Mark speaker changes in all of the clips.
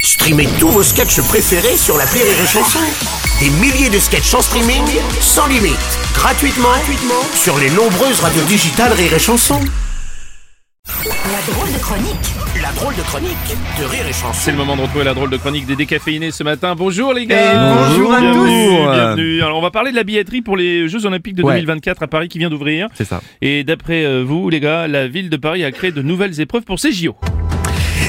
Speaker 1: Streamez tous vos sketchs préférés sur la Rire et Chanson. Des milliers de sketchs en streaming, sans limite, gratuitement, gratuitement sur les nombreuses radios digitales Rire et Chanson.
Speaker 2: La drôle de chronique.
Speaker 1: La drôle de chronique de Rire et Chanson.
Speaker 3: C'est le moment de retrouver la drôle de chronique des décaféinés ce matin. Bonjour les gars
Speaker 4: Eh, bonjour à
Speaker 3: bienvenue,
Speaker 4: tous.
Speaker 3: bienvenue. Alors on va parler de la billetterie pour les Jeux Olympiques de
Speaker 4: Ouais.
Speaker 3: 2024 à Paris qui vient d'ouvrir.
Speaker 4: C'est ça.
Speaker 3: Et d'après euh, vous les gars, la ville de Paris a créé de nouvelles épreuves pour ces JO.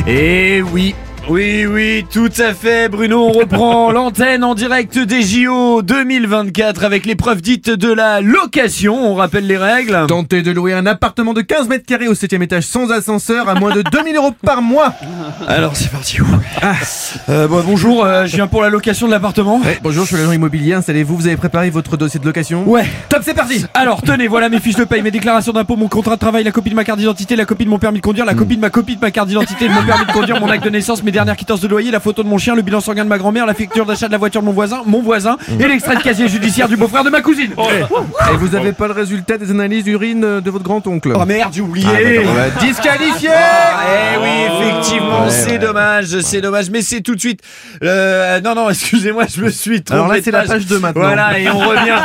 Speaker 4: Et oui. Oui, oui, tout à fait, Bruno. On reprend l'antenne en direct des JO 2024 avec l'épreuve dite de la location. On rappelle les règles.
Speaker 5: Tenter de louer un appartement de 15 mètres carrés au 7 étage sans ascenseur à moins de 2000 euros par mois.
Speaker 4: Alors, c'est parti. Euh, bon, bonjour, euh, je viens pour la location de l'appartement.
Speaker 5: Ouais, Eh, bonjour, je suis l'agent immobilier. Installez-vous, vous avez préparé votre dossier de location
Speaker 4: Ouais.
Speaker 5: Top, c'est parti
Speaker 4: Alors, tenez, voilà mes fiches de paye, mes déclarations d'impôts, mon contrat de travail, la copie de ma carte d'identité, la copie de mon permis de conduire, la copie de ma copie de ma carte d'identité, de mon permis de conduire, mon acte de naissance, mes dernières quittances de loyer, la photo de mon chien, le bilan sanguin de ma grand-mère, la facture d'achat de la voiture de mon voisin, mon voisin, et l'extrait de casier judiciaire du beau-frère de ma cousine.
Speaker 5: Et vous avez pas le résultat des analyses d'urine euh, Ah, de votre grand-oncle
Speaker 4: Oh merde, j'ai oublié
Speaker 5: Voilà, Disqualifié
Speaker 4: Eh oui, effectivement,
Speaker 5: Ah, Ouais,
Speaker 4: c'est
Speaker 5: ouais.
Speaker 4: dommage, c'est dommage, mais c'est tout de suite. euh, non, non, excusez-moi, je me suis trompé.
Speaker 5: Alors là,
Speaker 4: de
Speaker 5: c'est la page 2 maintenant.
Speaker 4: Voilà, et on revient,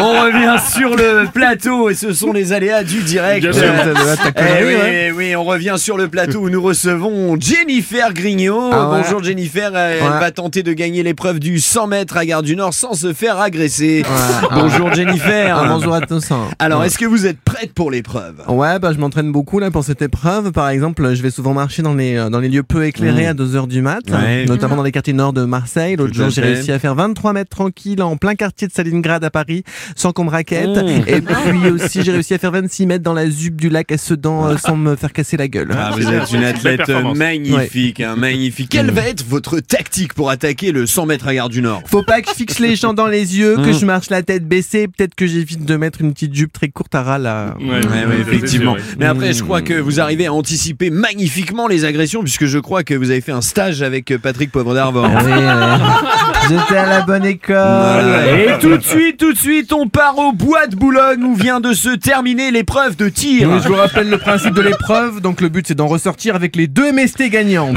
Speaker 4: on revient sur le plateau, et ce sont les aléas du direct.
Speaker 3: Bien
Speaker 5: Ouais,
Speaker 3: sûr.
Speaker 4: Euh,
Speaker 5: t'as- t'as- t'as
Speaker 4: eh
Speaker 5: connu,
Speaker 4: oui,
Speaker 5: ouais.
Speaker 4: eh oui, on revient sur le plateau où nous recevons Jennifer Grignot.
Speaker 5: Ah ouais.
Speaker 4: Bonjour Jennifer, euh,
Speaker 5: Ouais.
Speaker 4: elle va tenter de gagner l'épreuve du 100 mètres à Gare du Nord sans se faire agresser.
Speaker 5: Ouais.
Speaker 4: Bonjour Jennifer.
Speaker 5: Ah, bonjour à tous. hein.
Speaker 4: Alors, est-ce que vous êtes prête pour l'épreuve
Speaker 5: Ouais, bah, je m'entraîne beaucoup là pour cette épreuve. Par exemple, je vais souvent marcher dans les, euh, dans les lieux peu éclairés à 2h du mat,
Speaker 4: Mmh. Ouais.
Speaker 5: notamment dans les quartiers nord de Marseille. L'autre
Speaker 4: Tout à
Speaker 5: jour, j'ai
Speaker 4: fait.
Speaker 5: réussi à faire 23 mètres tranquille en plein quartier de Salingrad à Paris, sans qu'on me raquette.
Speaker 4: Mmh.
Speaker 5: Et puis aussi, j'ai réussi à faire 26 mètres dans la ZUP du lac à Sedan euh, sans me faire casser Hein la gueule.
Speaker 4: Ah, vous êtes une athlète
Speaker 3: performance.
Speaker 4: magnifique, hein, magnifique. Quelle va être votre tactique pour attaquer le 100 mètres à Gare du Nord
Speaker 5: Faut pas que je fixe les gens dans les yeux,
Speaker 4: Mmh.
Speaker 5: que je marche la tête baissée, peut-être que j'évite de mettre une petite jupe très courte à ras là.
Speaker 4: Ouais, ouais,
Speaker 3: c'est
Speaker 4: effectivement.
Speaker 3: sûr, ouais.
Speaker 4: Mais après, je crois que vous arrivez à anticiper magnifiquement les agressions, puisque je crois que vous avez fait un stage avec euh, Patrick Poivre d'Arvor.
Speaker 5: Ah oui, ouais. J'étais à la bonne école.
Speaker 4: Et tout de suite, tout de suite, on part au bois de Boulogne où vient de se terminer l'épreuve de tir.
Speaker 5: Oui, je vous rappelle le principe de l'épreuve. Donc le but c'est d'en ressortir avec les deux MST gagnantes.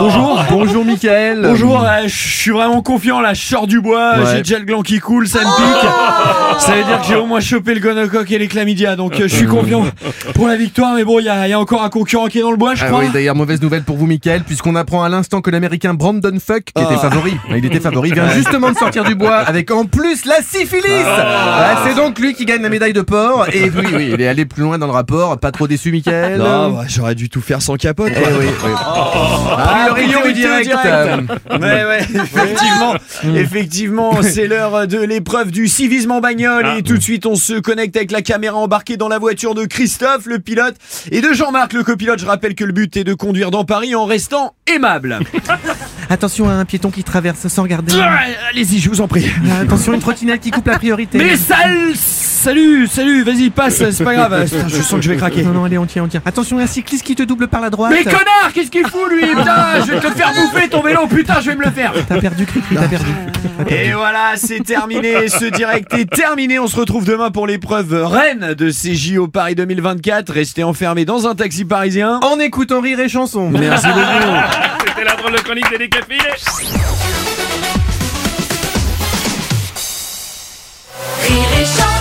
Speaker 5: Bonjour. Bonjour Michael.
Speaker 4: Bonjour, euh, je suis vraiment confiant là, je sors du bois,
Speaker 5: Mmh. Ouais.
Speaker 4: j'ai déjà le gland qui coule, ça me pique. ça veut dire que j'ai au moins chopé le gonocoque et les chlamydia, donc euh, je suis confiant pour la victoire, mais bon, il y a, il y a encore un concurrent qui est dans le bois, je
Speaker 5: Ah
Speaker 4: crois.
Speaker 5: oui, d'ailleurs, mauvaise nouvelle pour vous, Michael, puisqu'on apprend à l'instant que l'américain Brandon Fuck, qui
Speaker 4: Ah.
Speaker 5: était favori, il était favori, vient justement de sortir du bois avec en plus la syphilis. Ah, c'est donc lui qui gagne la médaille de porc. Et oui, oui, il est allé plus loin dans le rapport. Pas trop déçu, Michael.
Speaker 4: Non, bah, j'aurais dû tout faire sans capote.
Speaker 5: Eh
Speaker 4: quoi.
Speaker 5: oui, oui.
Speaker 4: Ah,
Speaker 5: Priorité au direct. Mmh.
Speaker 4: Ouais, ouais, effectivement, effectivement, c'est l'heure de l'épreuve du civisme en bagnole
Speaker 5: Ah.
Speaker 4: et tout de suite on se connecte avec la caméra embarquée dans la voiture de Christophe, le pilote, et de Jean-Marc, le copilote. Je rappelle que le but est de conduire dans Paris en restant aimable.
Speaker 5: Attention à un piéton qui traverse sans regarder.
Speaker 4: Allez-y, je vous en prie.
Speaker 5: Attention, une trottinette qui coupe la priorité.
Speaker 4: Mais sale Salut, salut, vas-y, passe, c'est pas grave. Putain, je sens que je vais craquer.
Speaker 5: Non, non, allez, on tient, on tient. Attention, un cycliste qui te double par la droite.
Speaker 4: Mais connard, qu'est-ce qu'il fout lui Putain, je vais te le faire bouffer ton vélo, putain, je vais me le faire.
Speaker 5: T'as perdu, Cricri, t'as perdu.
Speaker 4: Et voilà, c'est terminé. Ce direct est terminé. On se retrouve demain pour l'épreuve reine de ces JO Paris 2024. Restez enfermés dans un taxi parisien.
Speaker 5: En écoutant rire et chanson.
Speaker 4: Merci beaucoup.
Speaker 3: C'était la drôle de chronique des décaféinés.
Speaker 2: Rire et chanson.